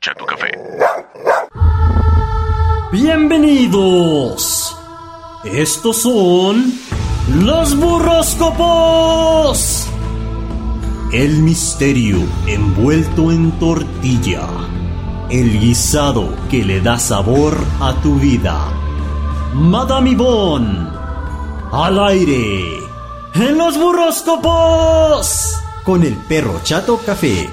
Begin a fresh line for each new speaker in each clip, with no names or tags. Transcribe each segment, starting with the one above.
echa tu café.
Bienvenidos. Estos son los burroscopos. El misterio envuelto en tortilla. El guisado que le da sabor a tu vida. Madame Yvonne. Al aire. En los burroscopos. Con el perro chato café.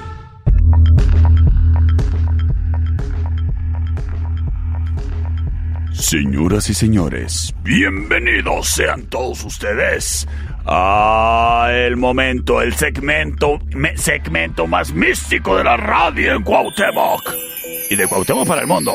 Señoras y señores, bienvenidos sean todos ustedes a el momento, el segmento, me- segmento más místico de la radio en Cuauhtémoc y de Cuauhtémoc para el mundo.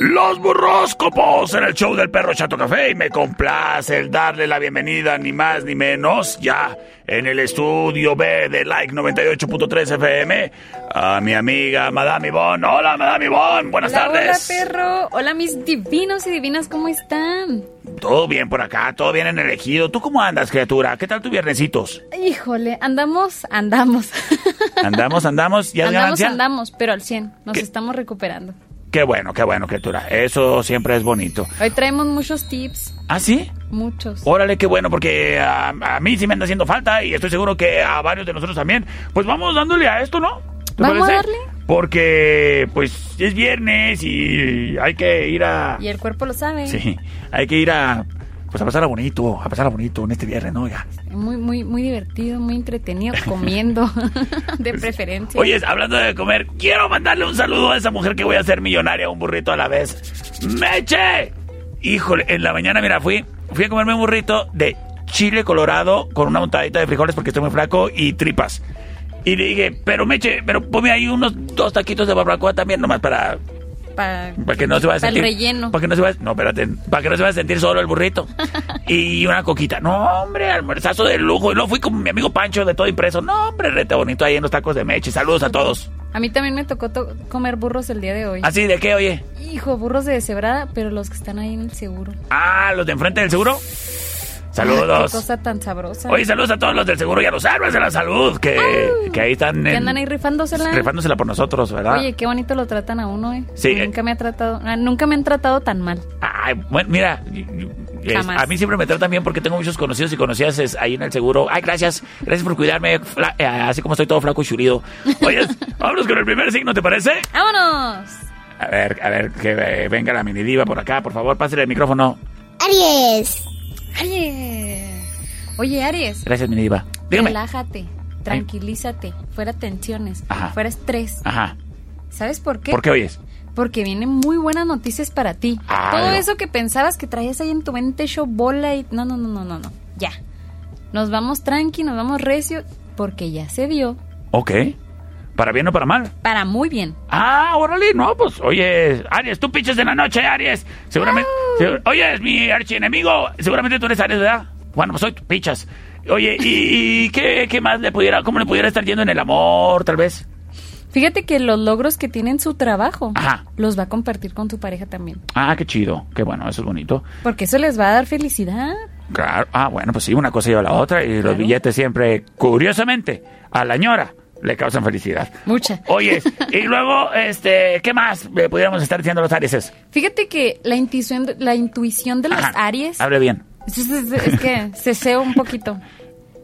Los burroscopos en el show del perro Chato Café y me complace el darle la bienvenida ni más ni menos ya en el estudio B de Like 98.3 FM a mi amiga Madame Ivonne. Hola Madame Ivonne, buenas
Hola, hola,
tardes.
perro. Hola, mis divinos y divinas, ¿cómo están?
Todo bien por acá, todo bien en el ejido. ¿Tú cómo andas, criatura? ¿Qué tal tu viernesitos?
Híjole, andamos, andamos.
Andamos, andamos, ya de
andamos,
ganancia?
andamos, pero al 100. Nos
¿Qué?
estamos recuperando.
Qué bueno, qué bueno, criatura. Eso siempre es bonito.
Hoy traemos muchos tips,
¿Ah, sí?
muchos.
Órale, qué bueno, porque a, a mí sí me anda haciendo falta y estoy seguro que a varios de nosotros también. Pues vamos dándole a esto, ¿no? ¿Te
Vamos a
parece?
darle.
Porque, pues, es viernes y hay que ir a...
Y el cuerpo lo sabe.
Sí, hay que ir a... Pues a pasar a bonito, a pasar a bonito en este viernes, ¿no? Oiga.
Muy, muy, muy divertido, muy entretenido, comiendo, de preferencia.
Oye, hablando de comer, quiero mandarle un saludo a esa mujer que voy a hacer millonaria un burrito a la vez. ¡Meche! Híjole, en la mañana, mira, fui, fui a comerme un burrito de chile colorado con una montadita de frijoles porque estoy muy flaco y tripas. Y le dije, pero Meche, pero ponme ahí unos dos taquitos de barbacoa también nomás para,
para,
para que no se vaya a
para
sentir.
el relleno.
Para que no se vaya, no, espérate, para que no se vaya a sentir solo el burrito. y una coquita. No, hombre, almuerzazo de lujo. Y luego fui con mi amigo Pancho de todo impreso. No, hombre, rete bonito ahí en los tacos de Meche. Saludos a todos.
A mí también me tocó to- comer burros el día de hoy.
¿Así de qué, oye?
Hijo, burros de deshebrada, pero los que están ahí en el seguro.
Ah, los de enfrente del seguro.
Qué
Saludos.
cosa tan sabrosa.
Oye, saludos a todos los del seguro y a los héroes de la salud que, que ahí están
que
en-
andan ahí rifándosela.
rifándosela por nosotros, ¿verdad?
Oye, qué bonito lo tratan a uno, ¿eh?
Ah. Sí, eh.
Nunca me ha tratado, ah, nunca me han tratado tan mal.
Ay, bueno, mira, y- y- es-
Jamás.
a mí siempre me tratan bien porque tengo muchos conocidos y conocidas es, ahí en el seguro. Ay, gracias, gracias por cuidarme, fla- eh, así como estoy todo flaco y churido. Oye, vámonos con el primer signo, ¿te parece?
¡Vámonos!
A ver, a ver, que eh, venga la mini diva por acá, por favor, pásale el micrófono.
Aries,
Aries. Oye, Aries,
Gracias, mini diva. Dígame.
relájate, tranquilízate, fuera tensiones,
Ajá.
fuera estrés.
Ajá.
¿Sabes por qué?
¿Por qué oyes?
Porque vienen muy buenas noticias para ti.
Ah,
Todo
no.
eso que pensabas que traías ahí en tu mente, yo bola y... No, no, no, no, no, no. Ya. Nos vamos tranqui, nos vamos recio, porque ya se dio.
Ok. ¿Para bien o para mal?
Para muy bien.
Ah, órale, no, pues, oye, Aries, tú pinches en la noche, Aries. Seguramente, se- oye, es mi archienemigo, seguramente tú eres Aries, ¿verdad? Bueno, pues soy tu pichas. Oye, ¿y, y qué, qué más le pudiera, cómo le pudiera estar yendo en el amor, tal vez?
Fíjate que los logros que tienen su trabajo
Ajá.
los va a compartir con tu pareja también.
Ah, qué chido, qué bueno, eso es bonito.
Porque eso les va a dar felicidad.
Claro, ah, bueno, pues sí, una cosa lleva a la otra y los
Claro.
billetes siempre, curiosamente, a la ñora le causan felicidad.
Mucha.
O- Oye, y luego, este, ¿qué más le pudiéramos estar diciendo a los Arieses?
Fíjate que la intuición, la intuición de los
Ajá,
Aries.
Hable bien.
Es, es- es que se ceo un poquito.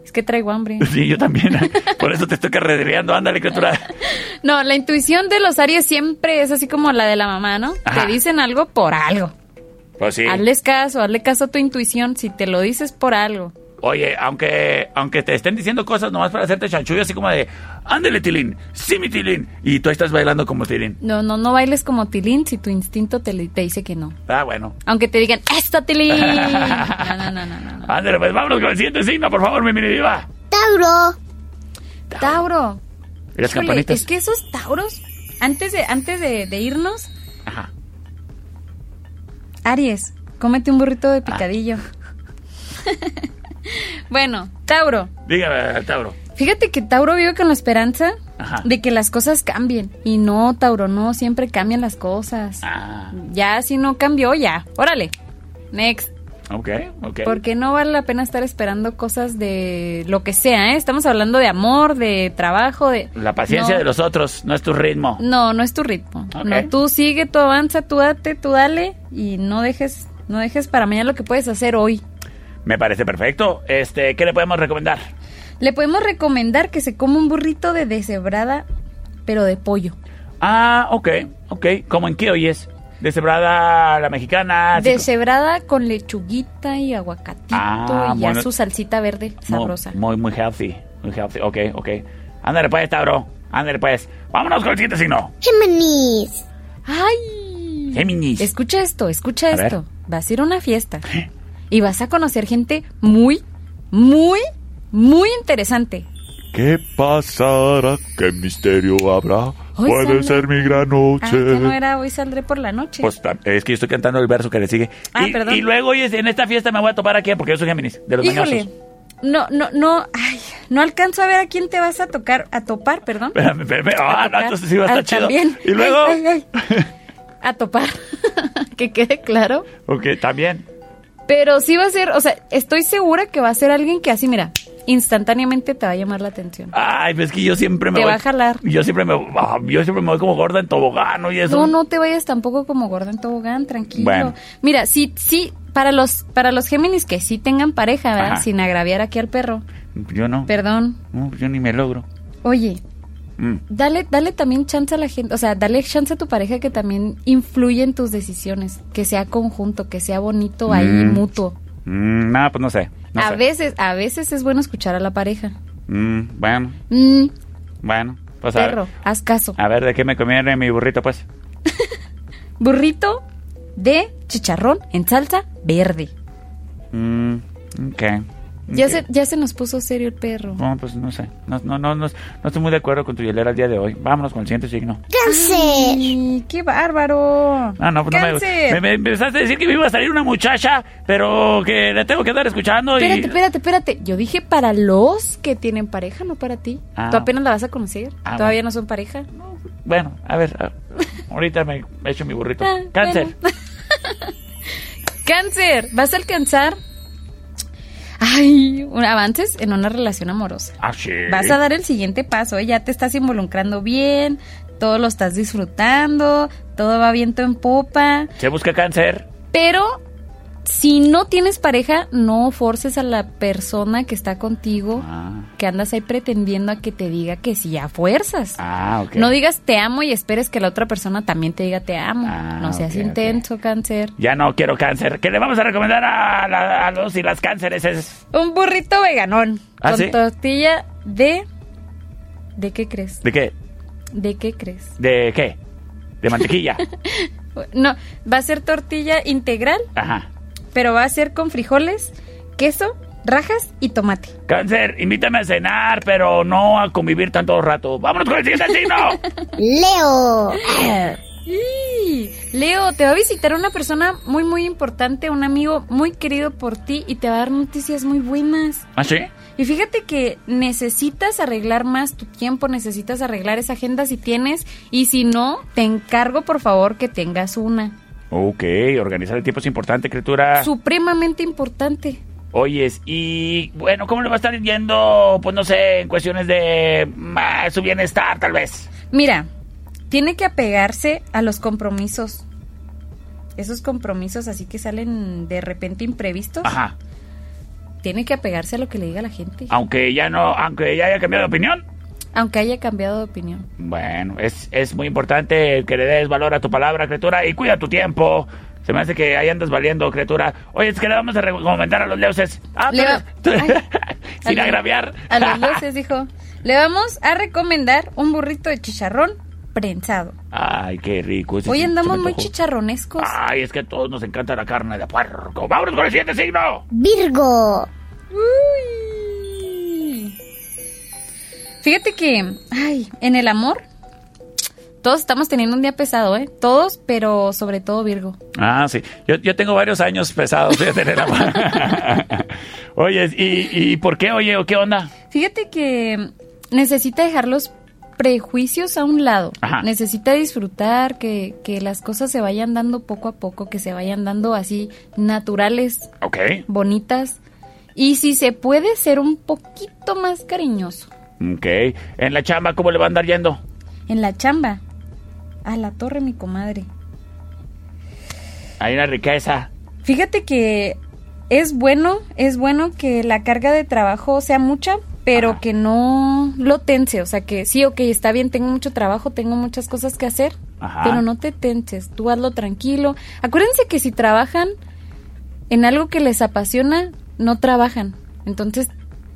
Es que traigo hambre.
Sí, yo también. Por eso te estoy carrereando. Ándale, criatura.
No, la intuición de los Aries siempre es así como la de la mamá, ¿no?
Ajá.
Te dicen algo por algo.
Pues sí.
Hazles caso, hazle caso a tu intuición. Si te lo dices por algo.
Oye, aunque, aunque te estén diciendo cosas nomás para hacerte chanchullo, así como de, ándale, Tilín, sí, mi Tilín. Y tú estás bailando como Tilín.
No, no, no bailes como Tilín si tu instinto te, li- te dice que no.
Ah, bueno.
Aunque te digan, ¡Esta Tilín! No, no, no, no, no. no.
Ándale, pues vámonos con el siguiente signo, por favor, mi mini diva.
Tauro,
Tauro.
Y las
Híjole,
campanitas.
Es que esos tauros, antes de, antes de, de irnos,
Ajá.
Aries, cómete un burrito de picadillo. bueno, Tauro.
Dígame, Tauro.
Fíjate que Tauro vive con la esperanza
Ajá.
de que las cosas cambien. Y no, Tauro, no, siempre cambian las cosas.
Ah.
Ya, si no cambió, ya. Órale. Next.
Ok, ok.
Porque no vale la pena estar esperando cosas de lo que sea, ¿eh? Estamos hablando de amor, de trabajo, de...
La paciencia
No,
de los otros no es tu ritmo.
No, no es tu ritmo.
Ok.
No, tú sigue, tú avanza, tú date, tú dale y no dejes, no dejes para mañana lo que puedes hacer hoy.
Me parece perfecto. Este, ¿Qué le podemos recomendar?
Le podemos recomendar que se coma un burrito de deshebrada, pero de pollo.
Ah, ok, ok. ¿Cómo en qué oyes? Deshebrada la mexicana. así co-
Deshebrada con lechuguita y aguacatito
Ah,
y
bueno.
ya su salsita verde
Muy-
sabrosa.
Muy, muy healthy. Muy healthy. Ok, ok. Ándale pues, Tauro. Ándale pues. Vámonos con el siguiente signo.
Géminis,
¡Ay!
Géminis.
Escucha esto, escucha
A ver.
esto. Vas a ir a una fiesta y vas a conocer gente muy, muy, muy interesante.
¿Qué pasará? ¿Qué misterio habrá?
Hoy
Puede
sale-
ser mi gran
Ah,
noche.
ya no era hoy saldré por la noche.
Pues, es que yo estoy cantando el verso que le sigue.
Ah,
y,
perdón.
y luego, oye, en esta fiesta me voy a topar a quién, porque yo soy Géminis, de los
Híjole.
mañosos.
No, no, no, ay, no alcanzo a ver a quién te vas a tocar, a topar, perdón.
Espérame, espérame. Ah, no,
tocar.
entonces sí va a
Ah,
estar chido.
también.
Y luego.
Ay, ay, ay. A topar. que quede claro.
Ok, también.
Pero sí va a ser, o sea, estoy segura que va a ser alguien que así, mira, instantáneamente te va a llamar la atención.
Ay, pues es que yo siempre me
Te
voy.
va a jalar.
Yo siempre me, ah, yo siempre me voy como gorda en tobogán, y eso.
No, no te vayas tampoco como gordo en tobogán, tranquilo.
Bueno.
Mira, sí, sí, para los, para los Géminis que sí tengan pareja, ¿verdad?
Ajá.
Sin agraviar aquí al perro.
Yo no.
Perdón.
No, pues yo ni me logro.
Oye,
Mm.
dale, dale también chance a la gente, o sea, dale chance a tu pareja que también influye en tus decisiones, que sea conjunto, que sea bonito ahí,
Mm.
mutuo.
Mm, nada, pues no sé. No
a
sé.
veces, a veces es bueno escuchar a la pareja.
Mm, bueno,
Mm,
bueno. Pues a
perro,
ver,
haz caso.
a ver, ¿de qué me conviene mi burrito, pues?
Burrito de chicharrón en salsa verde.
Mm, ok.
Ya,
Ok.
se, ya se nos puso serio el perro.
No, pues no sé. No, no, no, no, no estoy muy de acuerdo con tu hielera el día de hoy. Vámonos con el siguiente signo.
cáncer,
Ay, ¡Qué bárbaro!
Ah, no, pues no me,
¡Cáncer!
me, me empezaste a decir que me iba a salir una muchacha, pero que la tengo que andar escuchando y...
Espérate, espérate, espérate. Yo dije para los que tienen pareja, no para ti.
Ah.
Tú apenas la vas a conocer.
Ah,
Todavía
bueno.
no son pareja.
Bueno, a ver, a- ahorita me echo mi burrito.
Ah,
Cáncer.
bueno. Cáncer, vas a alcanzar ay, un- avances en una relación amorosa.
Ah, sí.
Vas a dar el siguiente paso, ¿eh? ya te estás involucrando bien, todo lo estás disfrutando, todo va viento en popa,
Se busca cáncer.
pero si no tienes pareja, no forces a la persona que está contigo,
Ah,
que andas ahí pretendiendo a que te diga que sí a fuerzas.
ah ok.
No digas te amo y esperes que la otra persona también te diga te amo.
Ah,
no seas
ok, ok.
intenso, cáncer.
Ya no quiero cáncer. ¿Qué le vamos a recomendar a, la- a los y las cánceres? Es...
Un burrito veganón.
¿Ah,
con
sí?
tortilla de. ¿De qué crees?
¿De qué?
¿De qué crees?
¿De qué? De mantequilla.
No, va a ser tortilla integral,
Ajá.
pero va a ser con frijoles, queso, rajas y tomate.
Cáncer, invítame a cenar, pero no a convivir tanto rato. ¡Vámonos con el siguiente
Leo,
signo!
¡Y! Leo, te va a visitar una persona muy, muy importante, un amigo muy querido por ti y te va a dar noticias muy buenas.
¿Ah, sí?
Y fíjate que necesitas arreglar más tu tiempo, necesitas arreglar esa agenda si tienes y si no, te encargo por favor que tengas una.
Ok, organizar el tiempo es importante, criatura.
Supremamente importante.
Oyes, y bueno, ¿cómo le va a estar yendo? Pues no sé, en cuestiones de ah, su bienestar, tal vez.
Mira, tiene que apegarse a los compromisos. Esos compromisos así que salen de repente imprevistos,
Ajá. Ah.
tiene que apegarse a lo que le diga la gente,
Aunque ya no, aunque ya haya cambiado de opinión.
aunque haya cambiado de opinión.
Bueno, es, es muy importante que le des valor a tu palabra, criatura, y cuida tu tiempo. Se me hace que ahí andas valiendo, criatura. Oye, es que le vamos a recomendar a los leuces. Ah,
Le
pero-
va- Ay.
sin
A los-
agraviar.
A los luces dijo, le vamos a recomendar un burrito de chicharrón prensado.
Ay, qué rico. ese
Hoy
sí, se
andamos
me
muy
antojó. Ah.
chicharronescos.
Ay, es que a todos nos encanta la carne de puerco. ¡Vámonos con el siguiente signo!
Virgo,
Uy. Fíjate que, ay, en el amor, todos estamos teniendo un día pesado, ¿eh? Todos, pero sobre todo Virgo.
Ah, sí. Yo, yo tengo varios años pesados de tener Oye, ¿y, ¿y por qué? Oye, ¿o qué onda?
Fíjate que necesita dejar los prejuicios a un lado.
Ajá.
Necesita disfrutar, que, que las cosas se vayan dando poco a poco, que se vayan dando así naturales,
Ok.
bonitas. Y si se puede ser un poquito más cariñoso.
Ok. En la chamba, ¿cómo le va a andar yendo?
En la chamba. A la torre, mi comadre.
Hay una riqueza.
Fíjate que es bueno, es bueno que la carga de trabajo sea mucha, pero
Ajá.
que no lo tense. O sea, que sí, ok, está bien, tengo mucho trabajo, tengo muchas cosas que hacer,
Ajá.
pero no te tenses. Tú hazlo tranquilo. Acuérdense que si trabajan en algo que les apasiona, no trabajan. Entonces,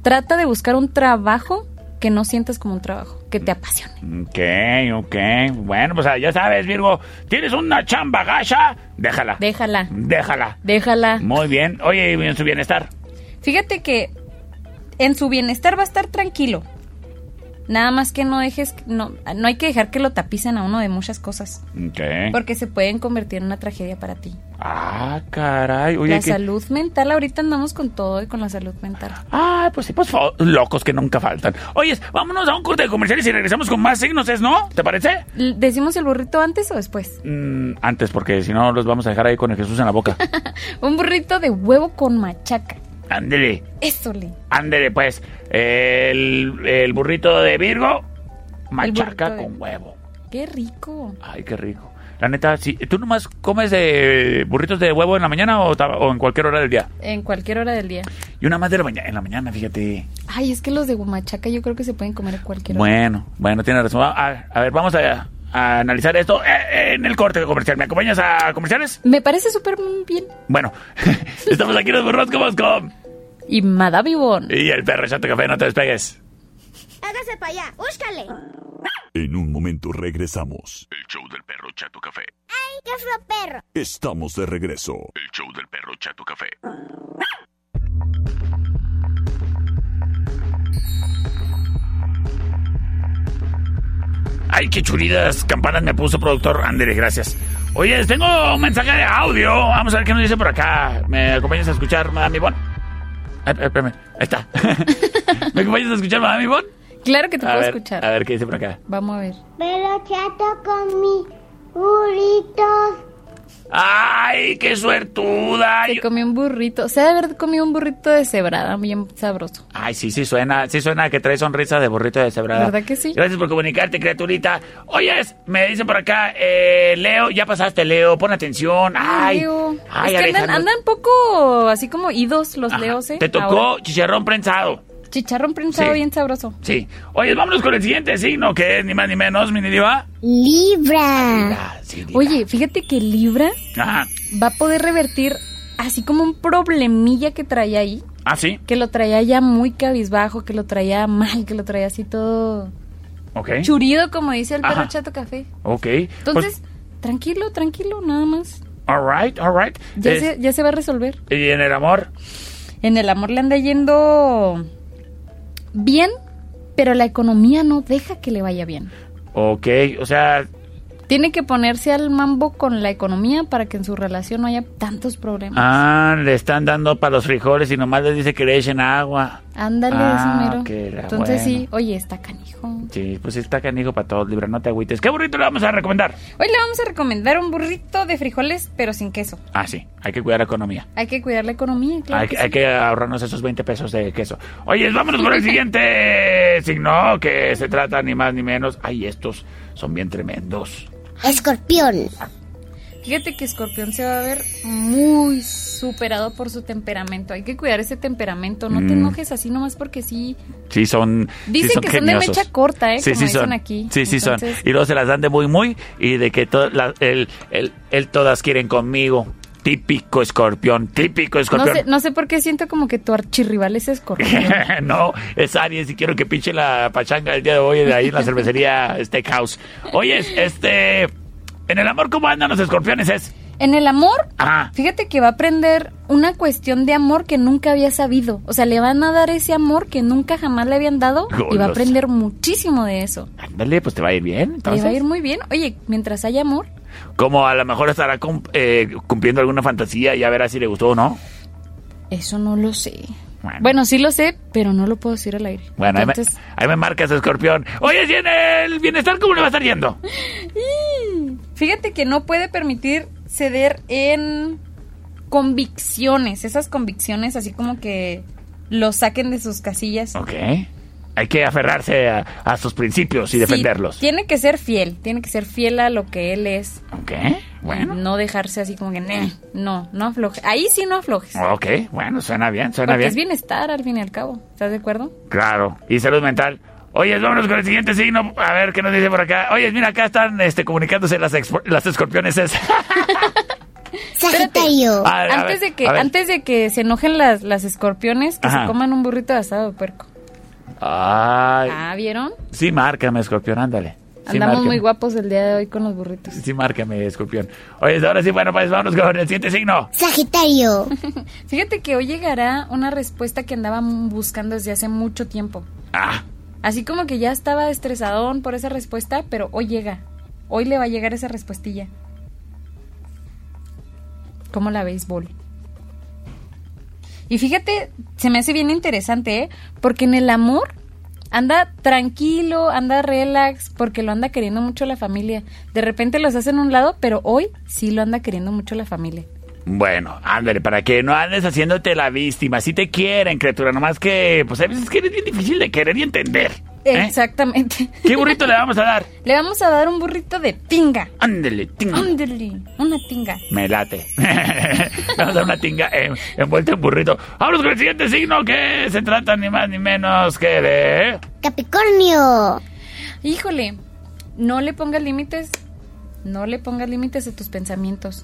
trata de buscar un trabajo que no sientas como un trabajo, que
Mm.
te apasione.
Ok, ok. Bueno, pues ah, ya sabes, Virgo. ¿Tienes una chamba gacha? Déjala.
Déjala,
Déjala.
déjala.
Muy bien. Oye, y en su bienestar.
Fíjate que en su bienestar va a estar tranquilo. Nada más que no dejes, no, no hay que dejar que lo tapicen a uno de muchas cosas,
Ok.
porque se pueden convertir en una tragedia para ti.
Ah, caray. Oye,
la
que-
salud mental, ahorita andamos con todo y con la salud mental.
Ah, pues sí, pues fo- locos que nunca faltan. Oyes, vámonos a un corte de comerciales y regresamos con más signos, ¿es no? ¿Te parece?
L- ¿Decimos el burrito antes o después?
Mm, antes, porque si no los vamos a dejar ahí con el Jesús en la boca.
Un burrito de huevo con machaca.
ándele,
Eso le.
ándele, pues. El, el burrito de Virgo, machaca
burrito de-
con huevo.
Qué rico.
Ay, qué rico. La neta, sí. ¿tú nomás comes de burritos de huevo en la mañana o, ta- o en cualquier hora del día?
En cualquier hora del día.
Y una más de la mañana, en la mañana, fíjate.
Ay, es que los de machaca yo creo que se pueden comer a cualquier hora.
Bueno, bueno, tiene razón. A, a- a ver, vamos a, a analizar esto eh, eh, en el corte comercial. ¿Me acompañas a comerciales?
Me parece súper bien.
Bueno, estamos aquí en los borroscos con...
Y Madame Ivonne.
Y el perro chato café, no te despegues.
Hágase para allá, búscale.
En un momento regresamos.
El show del perro Chato Café.
¡Qué feo perro!
Estamos de regreso.
El show del perro Chato Café.
Ay, qué chulidas campanas me puso productor. Andere, gracias. Oye, tengo un mensaje de audio. Vamos a ver qué nos dice por acá. ¿Me acompañas a escuchar, Madame Ivonne? Ay, espérame, ahí está. ¿Me acompañas a escuchar, Madame Ivonne?
Claro que te
A
puedo
ver,
escuchar.
a ver qué dice por acá.
Vamos a ver.
Pero chato con mi burritos.
¡Ay, qué suertuda!
Se
Yo-
comió un burrito. O sea, de haber comido un burrito de cebrada, bien sabroso.
Ay, sí, sí suena, sí suena que trae sonrisa de burrito de cebrada.
¿Verdad que sí?
Gracias por comunicarte, criaturita. Oyes, me dicen por acá, eh, Leo, ya pasaste, Leo, pon atención. Ay,
Leo.
ay,
es que andan,
Alejandro.
andan poco así como idos los
Ajá.
leos, ¿eh?
Te tocó
Ahora.
chicharrón prensado.
Chicharrón prensado
Sí.
bien sabroso.
Sí. Oyes, vámonos con el siguiente signo, que es ni más ni menos, mini diva.
Libra.
Ah, sí, diva.
Mm. Oye, fíjate que Libra
Ajá.
va a poder revertir así como un problemilla que traía ahí.
Ah, sí.
Que lo traía ya muy cabizbajo, que lo traía mal, que lo traía así todo
Ok.
churido, como dice el perro
¿Eh? Ajá. Pues
chato café.
Ok.
Entonces, tranquilo, tranquilo, nada más.
Pues, all right, all right.
Ya,
Es-
se, ya se va a resolver.
Y en el amor.
En el amor le anda yendo bien, pero la economía no deja que le vaya bien.
Ok. O sea,
Tiene que ponerse al mambo con la economía para que en su relación no haya tantos problemas.
ah, le están dando para los frijoles y nomás les dice que le echen agua.
Ándale,
Ah,
eso mero.
que la
Entonces sí,
buena.
oye, está canijo.
Sí, pues está canijo para todos, Libra, no te agüites. ¿Qué burrito le vamos a recomendar?
Hoy le vamos a recomendar un burrito de frijoles, pero sin queso.
Ah, sí, hay que cuidar la economía.
Hay que cuidar la economía, claro.
hay,
que
que- hay
sí.
que ahorrarnos esos 20 pesos de queso. Oye, vámonos con el siguiente signo, que se trata ni más ni menos. Ay, estos son bien tremendos.
Escorpión.
Fíjate que Escorpión se va a ver muy superado por su temperamento. Hay que cuidar ese temperamento. No te
Mm.
enojes así nomás porque sí.
Sí, son.
Dicen
sí son
que son de
geniosos.
mecha corta, ¿eh?
Sí,
Como
sí
dicen
son.
aquí.
Sí, sí
Entonces-
son. Y luego se las dan de muy, muy. Y de que to- la- el, el- el todas quieren conmigo. Típico escorpión, típico
No
escorpión.
sé, no sé por qué siento como que tu archirrival es escorpión.
no, es Aries y quiero que pinche la pachanga el día de hoy de ahí en la cervecería Steakhouse. Oye, este, en el amor, ¿cómo andan los escorpiones? Es,
En el amor,
ah,
fíjate que va a aprender una cuestión de amor que nunca había sabido. O sea, le van a dar ese amor que nunca jamás le habían dado y va
Golosa.
a aprender muchísimo de eso.
ándale, pues te va a ir bien,
Le
entonces.
va a ir muy bien. Oye, mientras haya amor,
Como a lo mejor estará cum- eh, cumpliendo alguna fantasía y a ver si le gustó o no.
eso no lo sé.
Bueno,
Bueno, sí lo sé, pero no lo puedo decir al aire.
bueno ahí, me,
Entonces,
ahí me marcas, escorpión. Oye, si en el bienestar, ¿cómo le va a estar yendo?
fíjate que no puede permitir ceder en convicciones, esas convicciones así como que lo saquen de sus casillas.
Ok. Hay que aferrarse a, a sus principios y
Sí,
defenderlos.
tiene que ser fiel, tiene que ser fiel a lo que él es.
Ok, bueno.
No dejarse así como que, "Neh", no, no aflojes. Ahí sí no aflojes.
Ok, bueno, suena bien, suena
Porque
bien.
es bienestar al fin y al cabo. ¿Estás de acuerdo?
Claro. Y salud mental. Oye, vámonos con el siguiente signo. A ver qué nos dice por acá. Oye, mira, acá están este, comunicándose las, expo- las escorpiones.
Sagitario.
A ver, a
antes,
ver,
de que,
a ver.
antes de que se enojen las, las escorpiones, que
Ajá.
se coman un burrito de asado de puerco.
Ay.
Ah, ¿vieron?
Sí, márcame, escorpión, ándale. Sí,
Andamos muy
márcame.
guapos el día de hoy con los burritos.
Sí, márcame, escorpión. Oye, ahora sí, bueno, pues vámonos con el siguiente signo.
Sagitario.
Fíjate que hoy llegará una respuesta que andaba buscando desde hace mucho tiempo.
Ah,
Así como que ya estaba estresadón por esa respuesta, pero hoy llega. Hoy le va a llegar esa respuestilla. ¿Cómo la béisbol? Y fíjate, se me hace bien interesante, ¿eh? Porque en el amor anda tranquilo, anda relax, porque lo anda queriendo mucho la familia. De repente los hacen a un lado, pero hoy sí lo anda queriendo mucho la familia.
bueno, ándale, para que no andes haciéndote la víctima. Si te quieren, criatura, nomás que, pues a veces que eres bien difícil de querer y entender. ¿eh?
Exactamente.
¿Qué burrito le vamos a dar?
Le vamos a dar un burrito de tinga.
Ándale, tinga.
Ándale, una tinga.
Me late. Vamos a una tinga eh, envuelta en burrito. Vamos con el siguiente signo que se trata ni más ni menos que de...
Capricornio.
Híjole, no le pongas límites, no le pongas límites a tus pensamientos.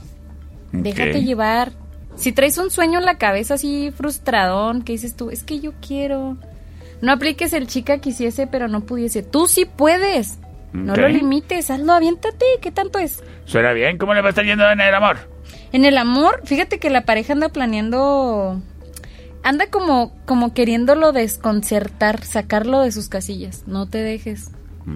Ok.
Déjate llevar. Si traes un sueño en la cabeza así frustradón, que dices tú, es que yo quiero. No apliques el chica quisiese pero no pudiese. Tú sí puedes. No
Ok.
lo limites, hazlo, aviéntate, ¿qué tanto es?
Suena bien, ¿cómo le va a estar yendo en el amor?
En el amor, fíjate que la pareja anda planeando anda como como queriéndolo desconcertar, sacarlo de sus casillas. No te dejes.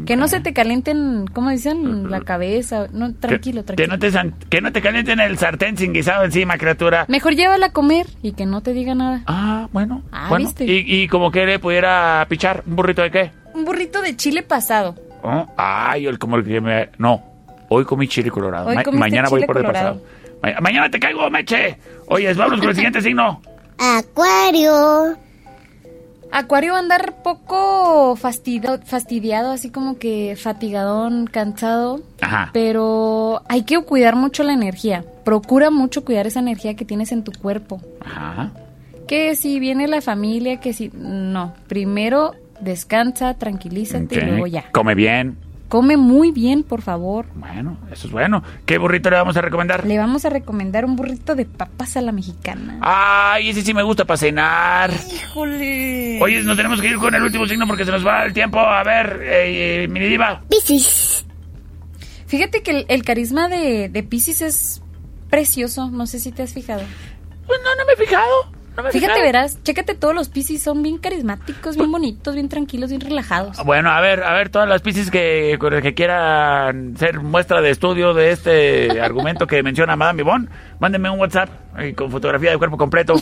Que no se te calienten, ¿cómo dicen? La cabeza. No, tranquilo,
Que-
tranquilo.
Que no, te, san- que no te calienten el sartén sin guisado encima, criatura.
Mejor llévala a comer y que no te diga nada.
Ah, bueno.
Ah,
bueno.
¿viste?
Y, y como que le pudiera pichar un burrito de qué.
Un burrito de chile pasado.
Oh, ay, el como el que me... No, hoy comí chile colorado.
Hoy
Ma-
comiste
mañana voy
chile
por el
colorado.
pasado. Ma- mañana te caigo, meche. Oye, vámonos con el siguiente signo.
Acuario.
Acuario va a andar poco fastidio- fastidiado, así como que fatigadón, cansado.
Ajá.
Pero hay que cuidar mucho la energía. Procura mucho cuidar esa energía que tienes en tu cuerpo.
Ajá.
Que si viene la familia, que si... No, primero descansa, tranquilízate
Ok.
y luego ya.
Come bien.
Come muy bien, por favor.
Bueno, eso es bueno. ¿Qué burrito le vamos a recomendar?
Le vamos a recomendar un burrito de papas a la mexicana.
Ay, ese sí me gusta para cenar.
¡Híjole!
Oye, nos tenemos que ir con el último signo porque se nos va el tiempo. A ver, eh, eh, mi diva.
Piscis.
Fíjate que el, el carisma de, de Pisces es precioso. No sé si te has fijado.
Pues no, no me he fijado. No me he
Fíjate,
fijado.
verás, chécate todos los Pisces. Son bien carismáticos, bien bonitos, bien tranquilos, bien relajados.
Bueno, a ver, a ver, todas las piscis que, con las que quieran ser muestra de estudio de este argumento que menciona Madame Yvonne, mándenme un WhatsApp eh, con fotografía de cuerpo completo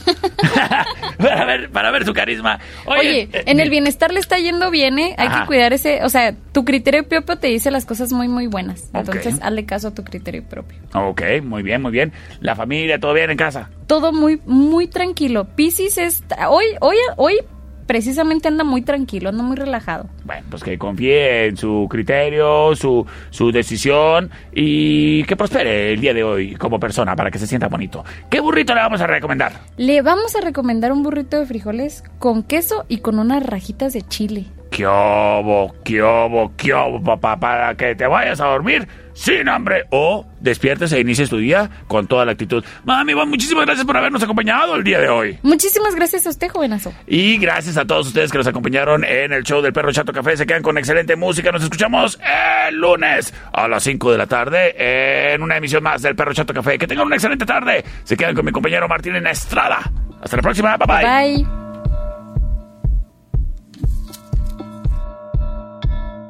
para, ver, para ver su carisma.
Oye,
eh,
en el
mi-
bienestar le está yendo bien, ¿eh? Hay
Ajá.
que cuidar ese... O sea, tu criterio propio te dice las cosas muy, muy buenas.
Ok.
Entonces, hazle caso a tu criterio propio.
Ok, muy bien, muy bien. La familia, todo bien en casa.
Todo muy, muy tranquilo. Pisces es... Hoy, hoy, hoy precisamente anda muy tranquilo, anda muy relajado.
Bueno, pues que confíe en su criterio, su, su decisión y que prospere el día de hoy como persona para que se sienta bonito. ¿Qué burrito le vamos a recomendar?
Le vamos a recomendar un burrito de frijoles con queso y con unas rajitas de chile.
Quiobo, quiobo, quiobo, papá, para que te vayas a dormir sin hambre o despiertes e inicies tu día con toda la actitud. Mami, Iván, muchísimas gracias por habernos acompañado el día de hoy.
Muchísimas gracias a usted, jovenazo.
Y gracias a todos ustedes que nos acompañaron en el show del Perro Chato Café. Se quedan con excelente música. Nos escuchamos el lunes a las 5 de la tarde en una emisión más del Perro Chato Café. Que tengan una excelente tarde. Se quedan con mi compañero Martín en Estrada. Hasta la próxima. Bye bye.
Bye.